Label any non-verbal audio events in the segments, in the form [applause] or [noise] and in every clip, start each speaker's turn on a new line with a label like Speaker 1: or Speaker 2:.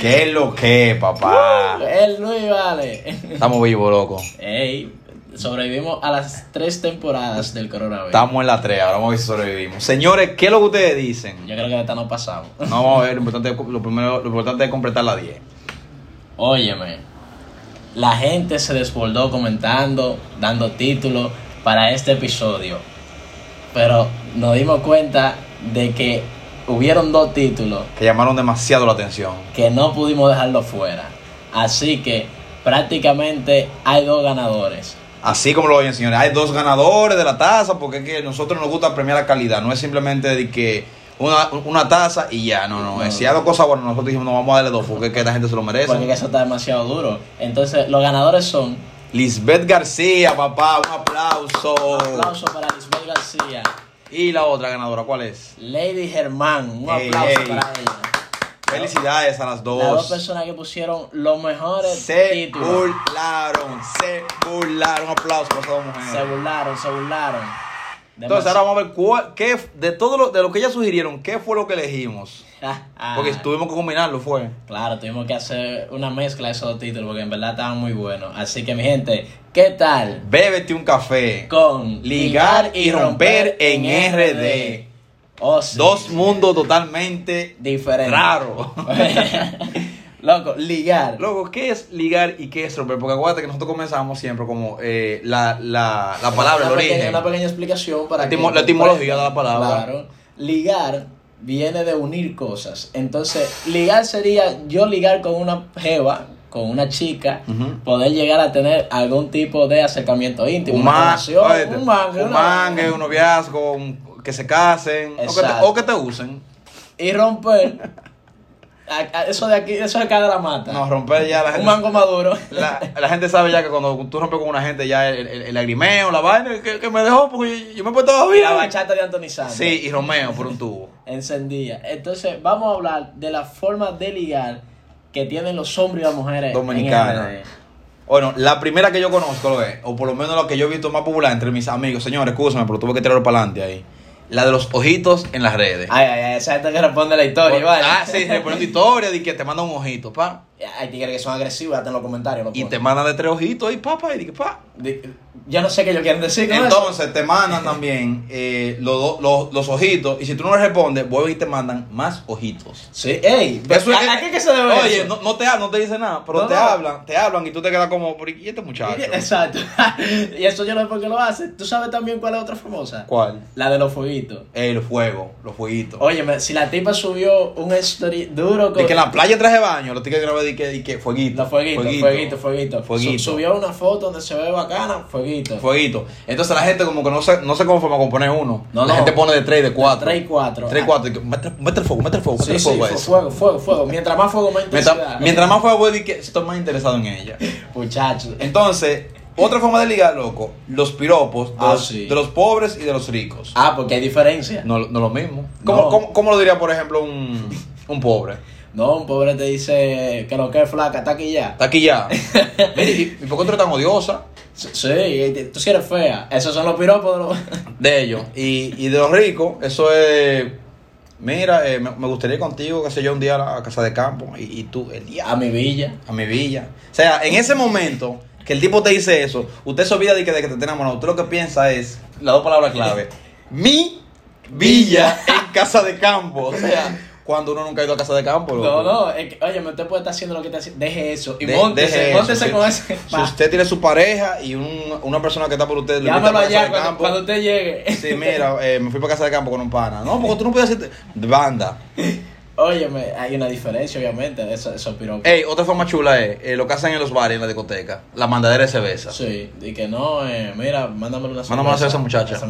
Speaker 1: ¿Qué es lo que, papá?
Speaker 2: El Luis vale. [laughs]
Speaker 1: Estamos vivos, loco.
Speaker 2: Ey, sobrevivimos a las tres temporadas del coronavirus.
Speaker 1: Estamos en la 3, ahora vamos a ver si sobrevivimos. Señores, ¿qué es lo que ustedes dicen?
Speaker 2: Yo creo que esta no pasamos.
Speaker 1: No, vamos a ver, lo importante, es- lo primero, lo importante es completar la 10.
Speaker 2: Óyeme, la gente se desbordó comentando, dando títulos para este episodio. Pero nos dimos cuenta de que hubieron dos títulos
Speaker 1: Que llamaron demasiado la atención.
Speaker 2: que no pudimos dejarlo fuera. Así que prácticamente hay dos ganadores.
Speaker 1: Así como lo oyen, señores, hay dos ganadores de la taza porque es que a nosotros nos gusta premiar la calidad. No es simplemente de que una, una taza y ya, no, no.
Speaker 2: No.
Speaker 1: Si hay dos cosas buenas, nosotros dijimos, no, vamos a darle dos porque es que la gente se lo merece.
Speaker 2: Porque eso está demasiado duro. Entonces, los ganadores son.
Speaker 1: Lisbeth García, papá, un aplauso.
Speaker 2: Un aplauso para Lisbeth García,
Speaker 1: Y la otra ganadora, ¿cuál es?
Speaker 2: Lady Germán. Un
Speaker 1: Ey,
Speaker 2: aplauso
Speaker 1: ey.
Speaker 2: para ella.
Speaker 1: Felicidades a las
Speaker 2: Las dos
Speaker 1: dos.
Speaker 2: personas que pusieron los mejores
Speaker 1: Se
Speaker 2: títulos.
Speaker 1: burlaron, se burlaron. Un aplauso para esas dos
Speaker 2: Se
Speaker 1: mujeres.
Speaker 2: burlaron, se burlaron.
Speaker 1: Entonces, ahora vamos a ver cuál- qué, de todo lo, de lo que ellas sugirieron, qué fue lo que elegimos.
Speaker 2: vamos.
Speaker 1: Porque tuvimos que combinarlo, fue.
Speaker 2: Ah, Claro, tuvimos que hacer una mezcla de esos dos títulos porque en verdad estaban muy buenos. Así que, mi gente, ¿qué tal
Speaker 1: Bébete un café.
Speaker 2: con
Speaker 1: Ligar y romper en RD?
Speaker 2: Oh, sí.
Speaker 1: Dos mundos totalmente
Speaker 2: diferentes. [laughs]
Speaker 1: raros. [laughs]
Speaker 2: Loco, ligar.
Speaker 1: Luego, ¿qué es ligar y qué es romper? Porque acuérdate que nosotros comenzamos siempre como eh, la, la, la palabra, el
Speaker 2: Una pequeña-
Speaker 1: origen.
Speaker 2: Una pequeña explicación para
Speaker 1: La
Speaker 2: que-
Speaker 1: etimo- la etimología de la palabra.
Speaker 2: Claro. Ligar viene de unir cosas. Entonces, ligar sería yo ligar con una jeva, con una chica,
Speaker 1: Ujú.
Speaker 2: poder llegar a tener algún tipo de acercamiento íntimo.
Speaker 1: un
Speaker 2: una
Speaker 1: man-
Speaker 2: relación,
Speaker 1: oíste,
Speaker 2: un mangue,
Speaker 1: un
Speaker 2: una-
Speaker 1: mangue, un noviazgo, un- que se casen, o que, te,
Speaker 2: Exacto.
Speaker 1: o que te usen.
Speaker 2: Y romper. a- a- eso de aquí, eso de acá de la mata.
Speaker 1: No, romper ya la
Speaker 2: un
Speaker 1: gente.
Speaker 2: mango maduro.
Speaker 1: La, la gente sabe ya que cuando tú rompes con una gente, ya el, el, el lagrimeo, la vaina, que, que me dejó porque yo, yo me portaba
Speaker 2: Y la
Speaker 1: bien.
Speaker 2: bachata de Anthony Santos.
Speaker 1: Sí, y Romeo por un tubo.
Speaker 2: Encendía. Entonces, vamos a hablar de la forma de ligar que tienen los hombres y las mujeres
Speaker 1: Dominicana.
Speaker 2: en el-
Speaker 1: Bueno, la primera que yo conozco lo es, o por lo menos la que yo he visto más popular entre mis amigos, señores, escúchame, pero tuve que tirarlo para adelante ahí. La de los ojitos en las redes.
Speaker 2: Ay, ay, ay, esa gente que responde la Ah, historia,
Speaker 1: Por-
Speaker 2: ¿vale?
Speaker 1: Ah, sí, poniendo historia de que te mandan un ojito, pa.
Speaker 2: Hay tigres que son agresivos, hasta en los comentarios. Lo
Speaker 1: Y te
Speaker 2: ponen.
Speaker 1: mandan de tres ojitos ahí, pa, pa, y dije, pa.
Speaker 2: Di- Yo no sé qué ellos quieren decir con eso.
Speaker 1: Entonces te mandan también eh, los, do- los- los ojitos, y si tú no les respondes, vuelven y te mandan más ojitos.
Speaker 2: Sí, ey,
Speaker 1: Eso es-
Speaker 2: Pues, ¿a, a qué que se debe
Speaker 1: Oye,
Speaker 2: eso?
Speaker 1: No, no te, ha- no te dicen nada, pero
Speaker 2: No,
Speaker 1: te
Speaker 2: no.
Speaker 1: hablan, te hablan y tú te quedas como, "Pero, ¿y este muchacho?
Speaker 2: Exacto. [laughs] y eso yo no sé por qué lo hacen. ¿Tú sabes también cuál es otra famosa?
Speaker 1: ¿Cuál?
Speaker 2: La de los fueguitos.
Speaker 1: Eh, los fuegos, los fueguitos.
Speaker 2: Oye, si la tipa subió un story duro con...
Speaker 1: De que en la playa traje baño, lo tigres que grabé de que, de que fueguito.
Speaker 2: Los fueguitos, fueguito, fueguito, fueguito.
Speaker 1: Fueguito.
Speaker 2: Su- subió una foto donde se ve bacana, fueguito.
Speaker 1: Fueguito. Entonces la gente como que no se, no se conforma con poner uno.
Speaker 2: No,
Speaker 1: la
Speaker 2: no.
Speaker 1: gente pone de tres, de cuatro.
Speaker 2: tres y cuatro. Ah,
Speaker 1: Tres y cuatro. de que, Mete, mete el fuego, mete el fuego, mete
Speaker 2: Sí,
Speaker 1: el
Speaker 2: sí,
Speaker 1: fuego a
Speaker 2: fu-
Speaker 1: eso.
Speaker 2: fuego, fuego, fuego. Mientras más fuego, más intensidad.
Speaker 1: Mientras, mientras más fuego, de que estoy más interesado en ella.
Speaker 2: Muchachos.
Speaker 1: Entonces, otra forma de ligar, loco, los piropos de,
Speaker 2: Ah,
Speaker 1: los,
Speaker 2: sí.
Speaker 1: de los pobres y de los ricos.
Speaker 2: Ah, porque hay diferencia.
Speaker 1: No, no lo mismo. ¿Cómo,
Speaker 2: No.
Speaker 1: cómo- cómo lo diría, por ejemplo, un, un pobre?
Speaker 2: No, un pobre te dice que lo que es flaca, está aquí ya.
Speaker 1: Está aquí [laughs] ya. Mire, ¿y y por qué tú eres tan odiosa?
Speaker 2: Sí, y te- tú sí eres fea. Esos son los piropos de los... [laughs]
Speaker 1: de ellos y, y de los ricos, eso es. Mira, eh, me, me gustaría ir contigo, qué sé yo, un día a la casa de campo y, y tú, el día
Speaker 2: A mi villa.
Speaker 1: a mi villa. O sea, en ese momento que el tipo te dice eso, usted se olvida de que, de que te tenemos, no. Usted lo que piensa es, las dos palabras clave: mi villa en casa de campo. O sea, cuando uno nunca ha ido a casa de campo,
Speaker 2: [laughs] No,
Speaker 1: loco.
Speaker 2: no, es que, oye, me usted puede estar haciendo lo que te hace. Deje eso. Y
Speaker 1: De-
Speaker 2: montese,
Speaker 1: deje eso.
Speaker 2: móntese
Speaker 1: Si-
Speaker 2: con ese.
Speaker 1: Si usted tiene su pareja y un- una persona que está por usted, lo invita
Speaker 2: Llámalo
Speaker 1: para casa
Speaker 2: allá
Speaker 1: de
Speaker 2: cuando,
Speaker 1: campo.
Speaker 2: cuando usted llegue.
Speaker 1: Sí, mira, eh, me fui para casa de campo con un pana. No, porque tú no podías irte. Banda.
Speaker 2: Óyeme, hay una diferencia, obviamente, de esos, esos piropos.
Speaker 1: Ey, otra forma chula es eh, lo que hacen en los bares, en la discoteca. La mandadera de cerveza.
Speaker 2: Sí, y que no, eh, mira, mándame una
Speaker 1: Mándame una cerveza, muchacha.
Speaker 2: Esa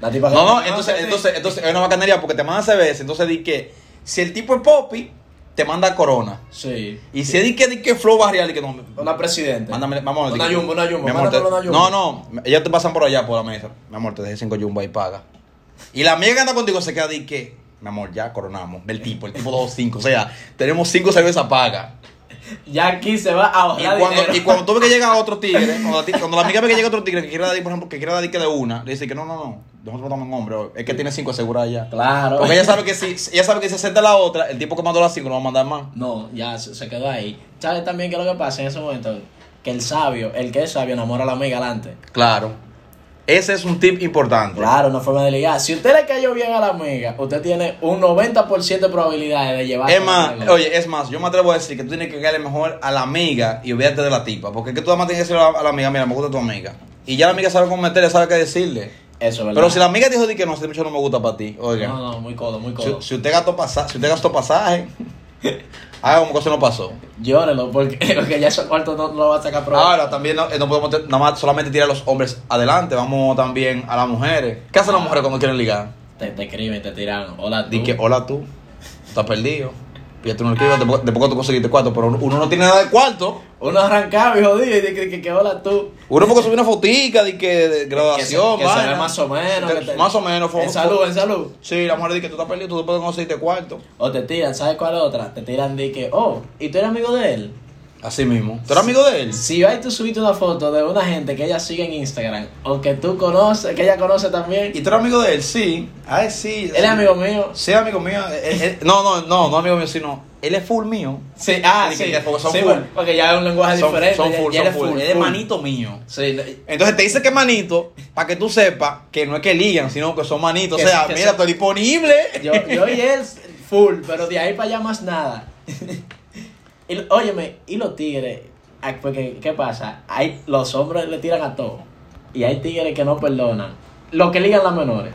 Speaker 2: La tipa que
Speaker 1: No, no,
Speaker 2: te
Speaker 1: entonces,
Speaker 2: conoce,
Speaker 1: entonces, entonces, es una bacanería porque te mandan cerveza. Entonces, di que si el tipo es popi, te manda corona.
Speaker 2: Sí.
Speaker 1: Y si es di que, di que flow barrial, di que no.
Speaker 2: Una presidente.
Speaker 1: Eh, Mándame, vamos
Speaker 2: Una jumbo, una jumbo.
Speaker 1: Mi amor, te-
Speaker 2: mándamelo una
Speaker 1: no,
Speaker 2: jumbo.
Speaker 1: no, ellas te pasan por allá por la mesa. Mi amor, te dejé cinco jumbo y paga. Y la amiga que anda contigo se queda di que, mi amor, ya coronamos. El tipo, el tipo dos cinco. O sea, tenemos cinco cervezas paga.
Speaker 2: Ya aquí se va a
Speaker 1: Y
Speaker 2: ahorrar
Speaker 1: cuando,
Speaker 2: dinero.
Speaker 1: y cuando tú ves que llega otro tigre, cuando, la ti- cuando la amiga ve que llega otro tigre que quiere dar, por ejemplo, que quiere dar que de una, le dice que no, no, no, nosotros matamos a un hombre, hoy. es que tiene cinco aseguradas ya.
Speaker 2: Claro.
Speaker 1: Porque ella sabe que si ella sabe que si acepta la otra, el tipo que mandó las cinco no va a mandar más.
Speaker 2: No, ya se se quedó ahí. ¿Sabes también qué es lo que pasa en ese momento? Que el sabio, el que es sabio, enamora a la amiga adelante.
Speaker 1: Claro. Ese es un tip importante.
Speaker 2: Claro, una forma de ligar. Si usted le cayó bien a la amiga, usted tiene un 90% de probabilidades de llevar.
Speaker 1: Es más, oye, es más, yo me atrevo a decir que tú tienes que caerle mejor a la amiga y olvidarte de la tipa. Porque es que tú además tienes que decirle a la, a la amiga, mira, me gusta tu amiga. Y ya la amiga sabe cómo meterle, sabe qué decirle.
Speaker 2: Eso, ¿verdad?
Speaker 1: Pero si la amiga dijo de que no, este muchacho no me gusta para ti, oiga.
Speaker 2: No, no, muy codo, muy
Speaker 1: Si,
Speaker 2: codo.
Speaker 1: si usted gastó pasaje, si usted gastó pasaje, [laughs] haga como que eso no pasó.
Speaker 2: Llórelo, porque, [laughs] porque ya esos cuartos no, no lo va a sacar provecho.
Speaker 1: Ahora también no, eh, no podemos te- nada más solamente tirar a los hombres adelante, vamos también a las mujeres. ¿Qué hacen las mujeres cuando quieren ligar?
Speaker 2: Te, te escriben, te tiran. Hola, tú.
Speaker 1: Di que, hola tú, estás perdido. Fíjate uno escribe, después después tú conseguiste cuarto, pero uno- uno no tiene nada de cuarto.
Speaker 2: Uno arrancaba y jodido y dije que, que, que hola tú.
Speaker 1: Uno fue que subió una fotica de que de graduación,
Speaker 2: que se, que se
Speaker 1: vaina.
Speaker 2: ve más o menos.
Speaker 1: Que-
Speaker 2: que te-
Speaker 1: más o menos. fue-
Speaker 2: En salud, en salud.
Speaker 1: Sí, la mujer dice que tú estás perdido, tú después conseguiste cuarto.
Speaker 2: O te tiran, ¿sabes cuál otra? Te tiran de que, oh, ¿y tú eres amigo de él?
Speaker 1: Así mismo. ¿Tú eres amigo de él?
Speaker 2: Si ahí tú subiste una foto de una gente que ella sigue en Instagram, o que tú conoces, que ella conoce también,
Speaker 1: ¿Y tú eres amigo de él? Sí. Ay, sí.
Speaker 2: él es amigo mío.
Speaker 1: Sí, amigo mío. Él- él- no, no, no, no amigo mío, sino él es full mío.
Speaker 2: Sí, ah,
Speaker 1: Y que-
Speaker 2: sí,
Speaker 1: que porque son
Speaker 2: sí,
Speaker 1: full.
Speaker 2: bueno, porque ya es un lenguaje
Speaker 1: Son-
Speaker 2: diferente.
Speaker 1: son
Speaker 2: ya-
Speaker 1: full,
Speaker 2: ya
Speaker 1: son
Speaker 2: eres
Speaker 1: full.
Speaker 2: full,
Speaker 1: Él es
Speaker 2: full.
Speaker 1: manito mío.
Speaker 2: Sí, no-
Speaker 1: Entonces te dice que es manito, para que tú sepas que no es que ligan, sino que son manitos.
Speaker 2: Que-
Speaker 1: o sea,
Speaker 2: que
Speaker 1: mira,
Speaker 2: se-
Speaker 1: estoy disponible.
Speaker 2: yo, yo y él full, pero de ahí para allá más nada. [laughs] y, lo- óyeme, y los tigres, ah, porque, ¿qué pasa? Hay, los hombres le tiran a todo, y hay tigres que no perdonan. Lo que ligan las menores.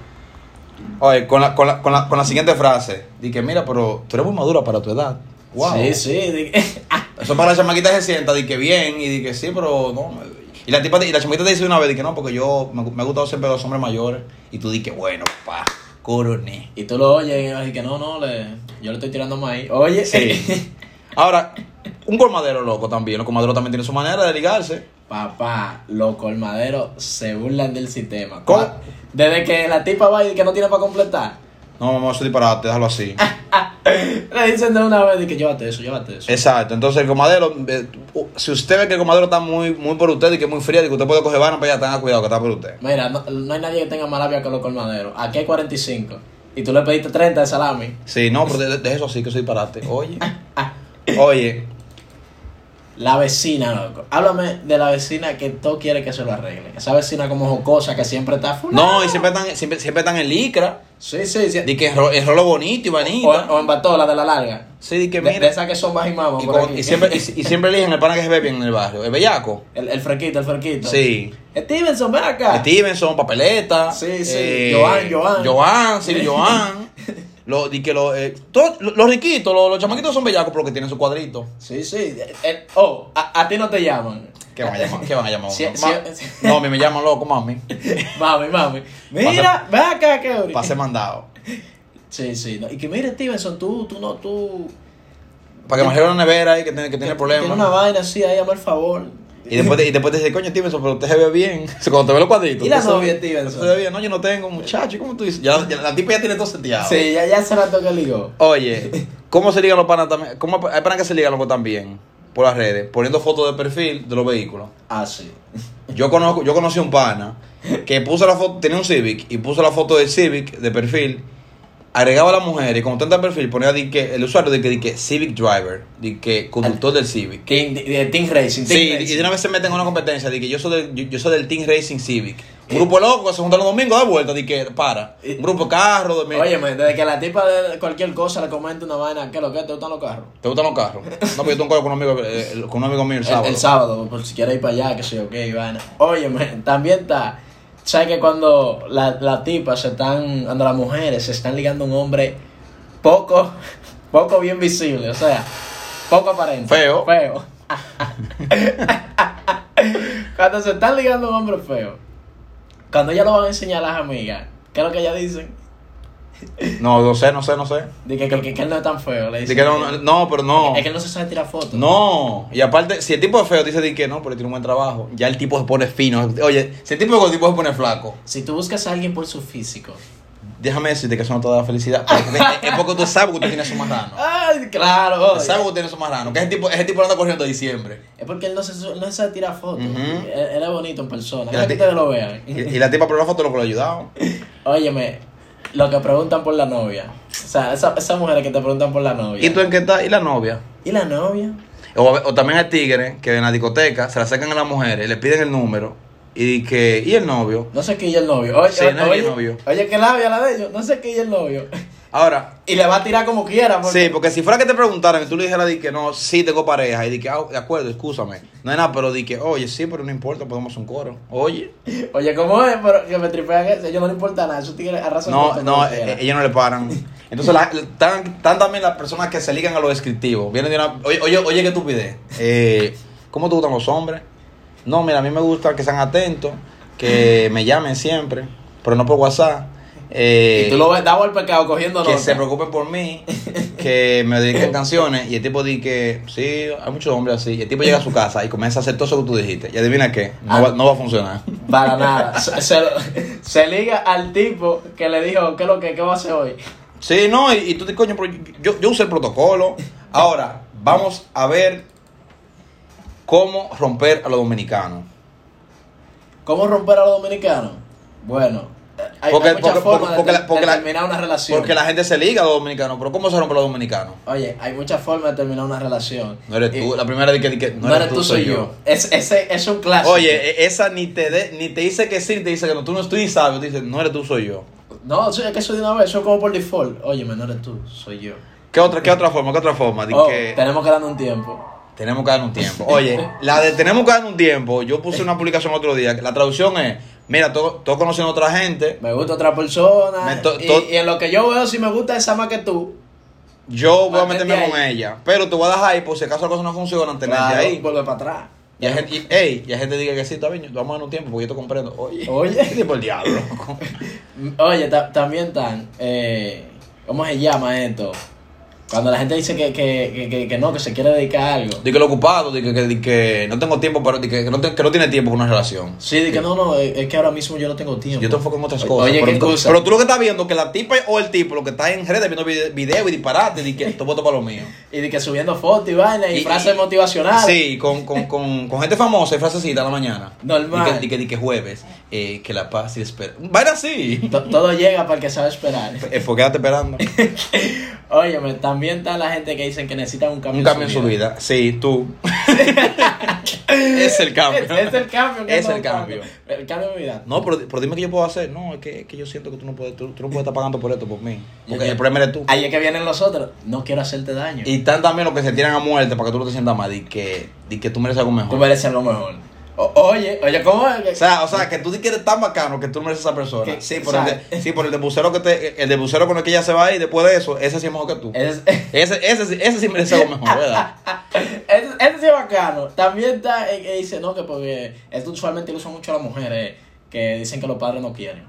Speaker 1: Oye, con la, con la, con la, con la siguiente frase. Dije, que mira, pero tú eres muy madura para tu edad. Wow.
Speaker 2: Sí, sí. [laughs] de- ah,
Speaker 1: Eso para la chamaquita se sienta, di que bien, y di que sí, pero no. me- Y la, tipa, te- y la chamaquita te dice una vez, di que no, porque yo me, me ha gustado siempre los hombres mayores. Y tú di que bueno, pa, coroné.
Speaker 2: Y tú lo oyes y que no, no, le, yo le estoy tirando más ahí. Oye,
Speaker 1: Sí. [laughs] Ahora, un colmadero loco también. Los colmaderos también tienen su manera de ligarse.
Speaker 2: [laughs] papá, los colmaderos se burlan del sistema.
Speaker 1: ¿Cómo?
Speaker 2: Desde que la tipa va y que no tiene para completar,
Speaker 1: No, mamá, eso es disparate, déjalo así.
Speaker 2: le dicen de una vez y que llévate eso, llévate eso.
Speaker 1: Exacto, entonces el comadero, eh, si usted ve que el comadero está muy, muy por usted y que es muy fría, y que usted puede coger vaina, pues ya tenga cuidado que está por usted.
Speaker 2: Mira, no, no hay nadie que tenga más labia que los colmaderos. Aquí hay 45. Y tú le pediste 30 de salami.
Speaker 1: Sí, no, pero de- de- deje eso así, que eso es disparate. Oye, oye,
Speaker 2: La vecina, loco. Háblame de la vecina que tú quieres que se lo arregle. Esa vecina como jocosa que siempre está full.
Speaker 1: no, y siempre están, siempre, siempre están en licra.
Speaker 2: Sí, sí, sí.
Speaker 1: Di que es ro- es rolo bonito y
Speaker 2: O,
Speaker 1: vanita.
Speaker 2: o en batola de la larga.
Speaker 1: Sí, di que
Speaker 2: de, de
Speaker 1: mira.
Speaker 2: esas que son más y mamas
Speaker 1: Y,
Speaker 2: por
Speaker 1: con-
Speaker 2: aquí.
Speaker 1: y siempre,
Speaker 2: [laughs]
Speaker 1: y, y siempre eligen el pana que se ve bien en el barrio. El bellaco.
Speaker 2: el, el fresquito, el fresquito.
Speaker 1: Sí.
Speaker 2: Stevenson, ven acá.
Speaker 1: Stevenson, Papeleta.
Speaker 2: Ah.
Speaker 1: Eh,
Speaker 2: Sí, sí. Joan, Joan.
Speaker 1: Joan, sí,
Speaker 2: [laughs]
Speaker 1: Joan. Lo, di que lo, eh, todos los los riquitos, los, los chamaquitos son bellacos porque tienen su cuadrito.
Speaker 2: Sí, sí. El- oh, a, a ti no
Speaker 1: [laughs]
Speaker 2: te llaman.
Speaker 1: ¿Qué van a llamar? ¿Qué van a llamar?
Speaker 2: Sí,
Speaker 1: uno?
Speaker 2: sí,
Speaker 1: Ma-
Speaker 2: sí.
Speaker 1: No, a mí me llaman loco, mami.
Speaker 2: Mami, mami. Mira, ven acá, Keuri.
Speaker 1: Pase mandado.
Speaker 2: Sí, sí. no, Y que mira, Stevenson, tú, tú no, tú.
Speaker 1: Para que me gire una nevera ahí que tiene, que tiene
Speaker 2: Tiene una
Speaker 1: problemas.
Speaker 2: vaina así ahí, hazme el favor.
Speaker 1: Y después, te, y después te dice, coño, Stevenson, pero usted se ve bien. O sea, Cuando te ve los cuadritos.
Speaker 2: ¿Y la
Speaker 1: usted se ve-
Speaker 2: novia, Stevenson?
Speaker 1: usted Se ve bien. No, yo no tengo, muchacho. ¿Cómo tú dices? Ya, ya la tipa ya tiene todo seteado.
Speaker 2: Sí, ya, ya hace rato que ligó. [laughs]
Speaker 1: Oye, ¿cómo se ligan los panas también? ¿Cómo hay panas que se ligan los también? Por las redes, poniendo fotos de perfil de los vehículos.
Speaker 2: Ah, sí.
Speaker 1: Yo conozco, yo conocí un pana que puso la foto, tenía un Civic y puso la foto del Civic de perfil, agregaba a la mujer y como tanta perfil ponía di que, el usuario de que, di que Civic Driver, de que conductor del Civic.
Speaker 2: Que- de, de Team Racing, Team
Speaker 1: Sí,
Speaker 2: Racing.
Speaker 1: y de una vez se meten en una competencia, de que yo soy del, yo, yo soy del Team Racing Civic. Un grupo loco que se junta los domingos, da vuelta, de que para. Un grupo de carro, de
Speaker 2: Óyeme, desde que la tipa de cualquier cosa le comente una vaina, ¿qué es lo que es? te gustan los carros?
Speaker 1: ¿Te gustan los carros? No, pero yo tengo un carro con un amigo, eh, el- con un amigo mío el
Speaker 2: El-
Speaker 1: sábado.
Speaker 2: El, sábado, por si quieres ir para allá, que sé yo qué, Ivana. Oye, man, también está. ¿Sabes que cuando las la tipas se están. Cuando las mujeres se están ligando a un hombre poco. [laughs] Poco bien visible, o sea, poco aparente.
Speaker 1: Feo.
Speaker 2: Feo. [laughs] cuando se están ligando a un hombre feo. Cuando ellas lo van a enseñar a las amigas, ¿qué es lo que ellas dicen?
Speaker 1: No, no sé, no sé, no sé.
Speaker 2: De que, que- que- que él no es tan feo. Le
Speaker 1: De
Speaker 2: dicen,
Speaker 1: que no, no, no, pero no.
Speaker 2: Es que él no se sabe tirar fotos.
Speaker 1: No, y aparte, si el tipo es feo, dice di que no, pero tiene un buen trabajo. Ya el tipo se pone fino. Oye, si el tipo, el tipo se pone flaco,
Speaker 2: Si tú buscas a alguien por su físico,
Speaker 1: Déjame decirte que eso no te da felicidad. porque es porque tú sabes que tú tienes su marrano.
Speaker 2: Ay, claro.
Speaker 1: Tú sabes que tú tienes su marrano. Que ese tipo, ese tipo anda corriendo de diciembre.
Speaker 2: [laughs] Es porque él no se, no se tira fotos.
Speaker 1: Ujú.
Speaker 2: Él, él es bonito en persona.
Speaker 1: Y la
Speaker 2: Quiero que
Speaker 1: ti-
Speaker 2: ustedes lo vean.
Speaker 1: Y, y la tipa por la foto lo que lo ha ayudado.
Speaker 2: [laughs] Óyeme, lo que preguntan por la novia. O sea, esa- esas mujeres que te preguntan por la novia.
Speaker 1: ¿Y tú en qué estás? ¿Y la novia?
Speaker 2: ¿Y la novia?
Speaker 1: O, o también hay tigres que en la discoteca se la sacan a las mujeres, le piden el número y que ¿y el novio?
Speaker 2: No sé qué es el novio. Oye,
Speaker 1: Sí,
Speaker 2: oye,
Speaker 1: no es el
Speaker 2: oye,
Speaker 1: novio.
Speaker 2: Oye, qué labia la de ellos. No sé qué es el novio. [laughs]
Speaker 1: Ahora,
Speaker 2: Y le va a tirar como quiera. Porque...
Speaker 1: sí, porque si fuera que te preguntaran y tú le dijeras di que no, sí tengo pareja y di que ah, de acuerdo, escúchame. No es nada, pero di que, oye, sí, pero no importa, podemos hacer un coro. Oye,
Speaker 2: Oye, ¿cómo es? Pero que me tripean eso. A ellos no le importa nada. Esos tigres arrasan
Speaker 1: no,
Speaker 2: con todo
Speaker 1: no,
Speaker 2: como quiera.
Speaker 1: eh, ellos no le paran. Entonces, la- tan, tan también las personas que se ligan a lo descriptivo. Vienen de una, oye, oye, oye, qué estupidez. Eh, ¿Cómo te gustan los hombres? No, mira, a mí me gusta que sean atentos, que me llamen siempre, pero no por WhatsApp. Eh,
Speaker 2: Y tú lo ves, da el pecado cogiendo
Speaker 1: que
Speaker 2: nota.
Speaker 1: se preocupen por mí, que me dediquen canciones. Y el tipo dice que sí, hay muchos hombres así. Y el tipo llega a su casa y comienza a hacer todo eso que tú dijiste. Y adivina qué, no,
Speaker 2: Ah.
Speaker 1: va, no va a funcionar.
Speaker 2: Para nada. Se, se, se liga al tipo que le dijo, ¿qué es lo que qué va a hacer hoy?
Speaker 1: Sí, no, y, y tú dices, coño, pero yo, yo usé el protocolo. Ahora, vamos a ver cómo romper a los dominicanos.
Speaker 2: ¿Cómo romper a los dominicanos? Bueno, hay,
Speaker 1: Porque-
Speaker 2: hay muchas
Speaker 1: porque-
Speaker 2: formas
Speaker 1: porque
Speaker 2: de,
Speaker 1: la- porque
Speaker 2: de
Speaker 1: la-
Speaker 2: terminar una relación.
Speaker 1: Porque la gente se liga a los dominicanos, pero ¿cómo se rompe a los dominicanos?
Speaker 2: Oye, hay muchas formas de terminar una relación.
Speaker 1: No eres
Speaker 2: Y-
Speaker 1: tú, la primera de que, de que
Speaker 2: Eh, no eres tú, soy yo. Es, ese es un clásico.
Speaker 1: Oye, e- esa ni te, de- ni te dice que sí, ni te dice que no, tú no estoy sabio, te dice, no eres tú, soy yo.
Speaker 2: No, sí, es que eso de una vez, eso es como por default. Oye, no eres tú, soy yo.
Speaker 1: ¿Qué otra, qué otra forma? ¿Qué otra forma? De
Speaker 2: Oh,
Speaker 1: que
Speaker 2: Tenemos que darnos un tiempo.
Speaker 1: tenemos que dar un tiempo. Oye, la de tenemos que dar un tiempo, yo
Speaker 2: [laughs]
Speaker 1: puse una publicación otro día. que La traducción es, mira, estoy estoy conociendo a otra gente.
Speaker 2: Me gusta otra persona.
Speaker 1: Me to-
Speaker 2: y,
Speaker 1: to-
Speaker 2: y en lo que yo veo, si me gusta esa más que tú.
Speaker 1: Yo voy a
Speaker 2: Mantente
Speaker 1: meterme
Speaker 2: ahí.
Speaker 1: con ella. Pero te voy a dejar ahí por si acaso las cosas no funcionan, tenerte
Speaker 2: claro,
Speaker 1: ahí.
Speaker 2: vuelve para atrás.
Speaker 1: Y hay gente, y, ey, y hay gente que diga que sí, está bien, yo- vamos a dar un tiempo porque yo te comprendo. Oye, [laughs]
Speaker 2: Oye.
Speaker 1: ¿qué tipo el diablo? loco?
Speaker 2: Oye, ta- también tan, eh, ¿cómo se llama esto? Cuando la gente dice que, que, que, que, que no, que se quiere dedicar a algo.
Speaker 1: Di que lo ocupado, di que, que- di que no tengo tiempo, pero di que, que no, te- que no tiene tiempo con una relación.
Speaker 2: Sí, de que no, no, es es que ahora mismo yo no tengo tiempo.
Speaker 1: Yo te enfoco en otras
Speaker 2: Oye,
Speaker 1: cosas.
Speaker 2: oye,
Speaker 1: pero,
Speaker 2: qué
Speaker 1: tú,
Speaker 2: cosa.
Speaker 1: pero tú lo que estás viendo, que la tipa o el tipo, lo que está en redes viendo vide- video y disparate, di que te voto para lo mío.
Speaker 2: Y de que subiendo fotos y vaina y,
Speaker 1: Y-
Speaker 2: frases
Speaker 1: y-
Speaker 2: motivacionales.
Speaker 1: Sí, con, con, con, con gente famosa y frasecita a la mañana.
Speaker 2: Normal.
Speaker 1: Di que, di que, di que jueves, eh, que la paz y espera. Vaina así.
Speaker 2: To- Todo llega para el que sabe esperar.
Speaker 1: Eh, pues quédate esperando.
Speaker 2: Óyeme, también está la gente que dicen que necesitan un cambio,
Speaker 1: Un cambio en su vida. Sí, tú. [laughs] es el cambio.
Speaker 2: Es, es el cambio. que
Speaker 1: Es el
Speaker 2: estamos buscando.
Speaker 1: cambio.
Speaker 2: El cambio de mi vida.
Speaker 1: No, pero, pero dime qué yo puedo hacer. No, es que, es que yo siento que tú no puedes, tú, tú no puedes estar pagando por esto por mí. Porque
Speaker 2: Yo-
Speaker 1: el problema eres tú.
Speaker 2: Ahí es que vienen los otros. No quiero hacerte daño.
Speaker 1: Y están también los que se tiran a muerte para que tú no te sientas mal y que, di que tú mereces algo
Speaker 2: Tú
Speaker 1: mejor.
Speaker 2: mereces lo mejor. O- oye, oye, ¿cómo es? que-
Speaker 1: O sea, o sea, que tú di que eres tan bacano que tú mereces a esa persona.
Speaker 2: Que-
Speaker 1: sí, por
Speaker 2: o
Speaker 1: el
Speaker 2: sea-
Speaker 1: de, sí, por el debucero que te, el debucero con el que ella se va ahí después de eso, ese sí es mejor que tú.
Speaker 2: Es, [laughs]
Speaker 1: Ese, ese, sí- ese sí merece algo mejor, ¿verdad?
Speaker 2: Ese, ese sí es bacano. También está el que dice, no, que porque esto usualmente lo usan mucho las mujeres que dicen que los padres no quieren.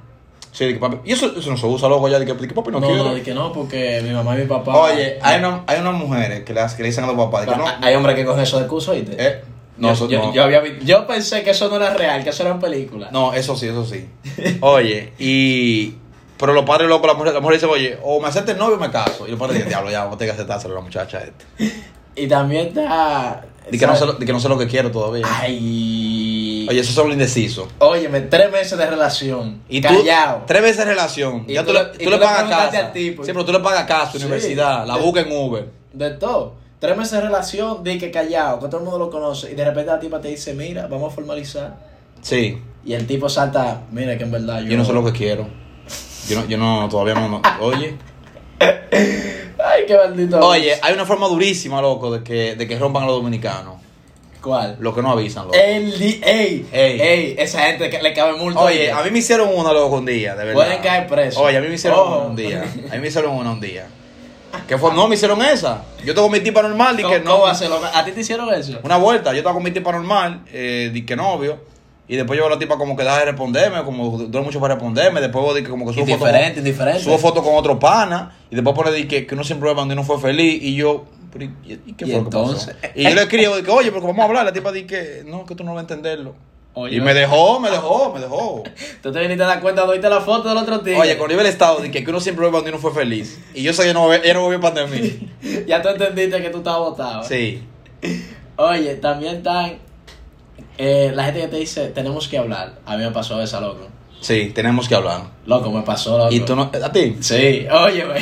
Speaker 1: Sí, di que papi. Y eso, eso no se usa, loco, ya, de que, di que papi no,
Speaker 2: No,
Speaker 1: quiere.
Speaker 2: no, de que no, porque mi mamá y mi papá.
Speaker 1: Oye, hay, una, hay unas mujeres que, las, que le dicen a los papás de que
Speaker 2: Pero
Speaker 1: no.
Speaker 2: hay- Hay hombres que cogen eso de excusa, ¿oíste?
Speaker 1: eh, no,
Speaker 2: yo,
Speaker 1: eso
Speaker 2: yo-
Speaker 1: no.
Speaker 2: yo había vi- yo pensé que eso no era real, que eso era en película.
Speaker 1: No, eso sí, eso sí. Oye, y. Pero los padres locos, la mujer, la mujer dice, oye, o me acepta el novio o me caso. Y los padres dicen, diablo, ya, vamos a tener que aceptárselo a la muchacha esta.
Speaker 2: Y también está.
Speaker 1: Di que, no sé,
Speaker 2: ¿sabes?
Speaker 1: lo- di que no sé lo que quiero todavía.
Speaker 2: Ay.
Speaker 1: Oye, eso es solo indeciso.
Speaker 2: Óyeme, tres meses de relación.
Speaker 1: Y tú,
Speaker 2: callado.
Speaker 1: tres veces relación.
Speaker 2: Y
Speaker 1: ya
Speaker 2: tú
Speaker 1: tú,
Speaker 2: le-
Speaker 1: le,
Speaker 2: y
Speaker 1: tú le
Speaker 2: tú le
Speaker 1: pagas
Speaker 2: preguntaste
Speaker 1: casa.
Speaker 2: al tipo.
Speaker 1: Sí, pero tú le pagas casa,
Speaker 2: Sí.
Speaker 1: universidad, la
Speaker 2: De-
Speaker 1: busca en Uber.
Speaker 2: De todo. Tres meses de relación, de que callado, que todo el mundo lo conoce. Y de repente la tipa te dice, mira, vamos a formalizar.
Speaker 1: Sí,
Speaker 2: Y el tipo salta, mira que en verdad yo.
Speaker 1: yo no sé lo que quiero. Yo no, yo no todavía no. no- Oye.
Speaker 2: Ay, qué maldito.
Speaker 1: Oye, hay una forma durísima, loco, de que, de que rompan a los dominicanos.
Speaker 2: ¿Cuál?
Speaker 1: Los que no avisan, loco.
Speaker 2: El di- ey, ey,
Speaker 1: Ey.
Speaker 2: esa gente que le cabe multa.
Speaker 1: Oye, a mí me hicieron una loco un día, de verdad.
Speaker 2: Pueden caer presos.
Speaker 1: Oye, a mí me hicieron
Speaker 2: Ojo.
Speaker 1: una un día. A mí me hicieron una un día. ¿Qué fue? No, me hicieron esa. Yo tengo mi tipa normal y
Speaker 2: ¿Cómo-
Speaker 1: que
Speaker 2: cómo
Speaker 1: no.
Speaker 2: hacerlo? ¿A ti te hicieron eso?
Speaker 1: Una vuelta, yo estaba con mi tipa normal, eh, di que novio. Y después yo veo a la tipa como que deja de responderme, como dura mucho para responderme. Después veo di que como que subo foto
Speaker 2: Indiferente,
Speaker 1: con-
Speaker 2: indiferente.
Speaker 1: Subo foto con otro pana. Y después pone di que, que uno siempre va donde uno fue feliz. Y yo, pero ¿y, y qué
Speaker 2: ¿Y
Speaker 1: fue lo que pasó?
Speaker 2: entonces?
Speaker 1: Y yo le escribo, di que, oye, pero vamos a hablar. La tipa di que, no, que tú no vas a entenderlo.
Speaker 2: Oye,
Speaker 1: Y me dejó, me dejó, me dejó.
Speaker 2: Tú te viniste a dar cuenta, doíste la foto del otro tío.
Speaker 1: Oye, cuando iba el estado, dije que uno siempre ve cuando uno fue feliz. Y yo sé que no, yo no voy a para
Speaker 2: [laughs]
Speaker 1: mí.
Speaker 2: Ya tú entendiste que tú estabas votado.
Speaker 1: Sí.
Speaker 2: Oye, también están eh, la gente que te dice, tenemos que hablar. A mí me pasó esa, loco.
Speaker 1: Sí, tenemos que hablar.
Speaker 2: Loco, me pasó, loco.
Speaker 1: ¿Y tú no? ¿A ti?
Speaker 2: Sí, óyeme.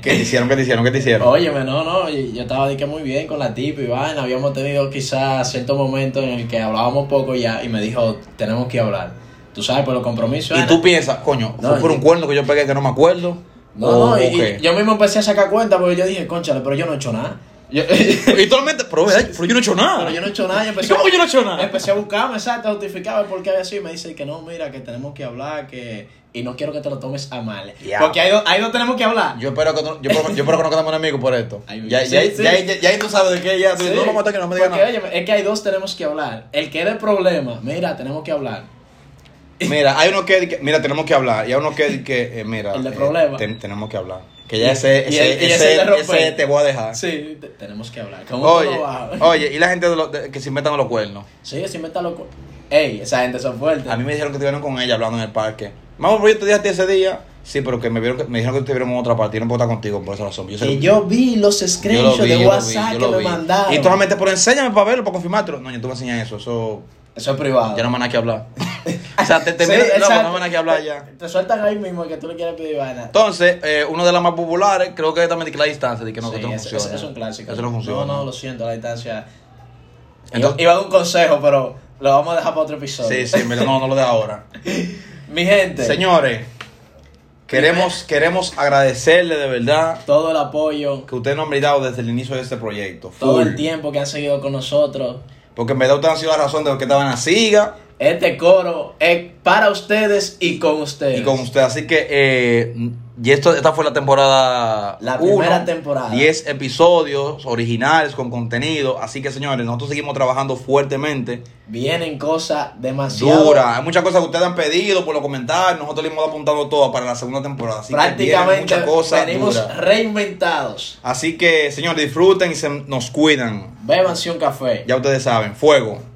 Speaker 1: ¿Qué te hicieron? ¿Qué te hicieron? ¿Qué te hicieron?
Speaker 2: Óyeme, no, no, yo, yo estaba de que muy bien con la tipa y vaina. Habíamos tenido quizás cierto momento en el que hablábamos poco ya y me dijo, tenemos que hablar. Tú sabes, por los compromisos.
Speaker 1: Y
Speaker 2: Ana.
Speaker 1: tú piensas, coño,
Speaker 2: No,
Speaker 1: fue por
Speaker 2: yo-
Speaker 1: un cuerno que yo pegué que no me acuerdo.
Speaker 2: No,
Speaker 1: ¿O
Speaker 2: no, y,
Speaker 1: qué?
Speaker 2: y yo mismo empecé a sacar cuenta porque yo dije, conchale, pero yo no he hecho nada. Yo- [laughs]
Speaker 1: Y tú realmente, pero, ¿verdad? pero yo no he hecho nada.
Speaker 2: pero yo no he hecho nada. Yo
Speaker 1: ¿Y
Speaker 2: empecé,
Speaker 1: ¿Cómo que yo no he hecho nada?
Speaker 2: empecé a buscarme, exacto, a justificarme por qué había sido. Y me dice que no, mira, que tenemos que hablar, que... Y no quiero que te lo tomes a mal.
Speaker 1: Ya.
Speaker 2: Porque ahí no, ahí no tenemos que hablar.
Speaker 1: Yo espero que no, yo espero, yo espero que no quedamos enemigos por esto.
Speaker 2: Ay,
Speaker 1: ya,
Speaker 2: sí,
Speaker 1: ya,
Speaker 2: sí.
Speaker 1: ya, ya, ya tú sabes de qué, ya. tú dices,
Speaker 2: Sí,
Speaker 1: No lo maté que no me digan
Speaker 2: porque,
Speaker 1: nada.
Speaker 2: óyeme, es que hay dos tenemos que hablar. El que era el problema, mira, tenemos que hablar.
Speaker 1: Mira, hay uno que, dice, mira, tenemos que hablar. Y hay uno que, dice que eh, mira,
Speaker 2: El de
Speaker 1: eh,
Speaker 2: problema.
Speaker 1: ten- tenemos que hablar. Que ya ese,
Speaker 2: Y- y
Speaker 1: ese,
Speaker 2: el- y
Speaker 1: ese,
Speaker 2: ese de romper.
Speaker 1: ese te voy a dejar.
Speaker 2: Sí, te- tenemos que hablar. ¿Cómo
Speaker 1: Oye, Oh.
Speaker 2: tú lo vas?
Speaker 1: oye, y la gente de los- de- que se inventan los cuernos.
Speaker 2: Sí, sí me está loco. Ey, esa gente son fuertes.
Speaker 1: A mí me dijeron que estuvieron con ella hablando en el parque. Vamos, pero yo te dije a ti ese día. Sí, pero que me, vieron, que- me dijeron que estuvieron en otra parte. Yo no puedo estar contigo por esa razón. Yo sé
Speaker 2: Que
Speaker 1: que-
Speaker 2: yo vi los
Speaker 1: yo lo
Speaker 2: screenshots
Speaker 1: vi, yo
Speaker 2: de
Speaker 1: lo
Speaker 2: WhatsApp
Speaker 1: vi, yo
Speaker 2: que
Speaker 1: lo
Speaker 2: me
Speaker 1: vi.
Speaker 2: mandaron.
Speaker 1: Y tú realmente, pero enséñame para verlo, para confirmártelo. No, yo tú me enseñas eso. Eso
Speaker 2: Eso es privado.
Speaker 1: ya no me nada que
Speaker 2: [laughs]
Speaker 1: hablar. o sea, te, te
Speaker 2: Sí,
Speaker 1: miran, no,
Speaker 2: exacto.
Speaker 1: no me nada que hablar ya.
Speaker 2: Te sueltan ahí mismo que tú le quieres pedir vaina.
Speaker 1: Entonces, eh, una de las más populares, creo que también de que la distancia, de que no,
Speaker 2: Sí,
Speaker 1: que esto no
Speaker 2: ese-
Speaker 1: funciona.
Speaker 2: ese es un clásico.
Speaker 1: Eso no funciona.
Speaker 2: No, no, lo siento, la distancia.
Speaker 1: Entonces-
Speaker 2: iba, iba a dar un consejo, pero lo vamos a dejar para otro episodio.
Speaker 1: Sí, sí, en verdad, no, no lo de
Speaker 2: [laughs]
Speaker 1: ahora.
Speaker 2: Mi gente,
Speaker 1: Señores, queremos, queremos agradecerle de verdad
Speaker 2: todo el apoyo,
Speaker 1: que ustedes nos han brindado desde el inicio de este proyecto.
Speaker 2: todo
Speaker 1: full.
Speaker 2: el tiempo que han seguido con nosotros.
Speaker 1: Porque en verdad ustedes han sido la razón de lo que estaban a siga
Speaker 2: Este coro es para ustedes y con ustedes.
Speaker 1: y con ustedes. Así que, eh, y esto, esta fue la temporada.
Speaker 2: La
Speaker 1: uno,
Speaker 2: primera temporada.
Speaker 1: 10 episodios originales con contenido. Así que, señores, nosotros seguimos trabajando fuertemente.
Speaker 2: Vienen cosas demasiado
Speaker 1: Dura. Hay muchas cosas que ustedes han pedido por los comentarios. Nosotros le hemos apuntado todo para la segunda temporada. Así que
Speaker 2: Prácticamente
Speaker 1: vienen muchas cosas
Speaker 2: venimos
Speaker 1: duras.
Speaker 2: reinventados.
Speaker 1: Así que, señores, disfruten y se, nos cuidan.
Speaker 2: Bébanse un café.
Speaker 1: Ya ustedes saben, fuego.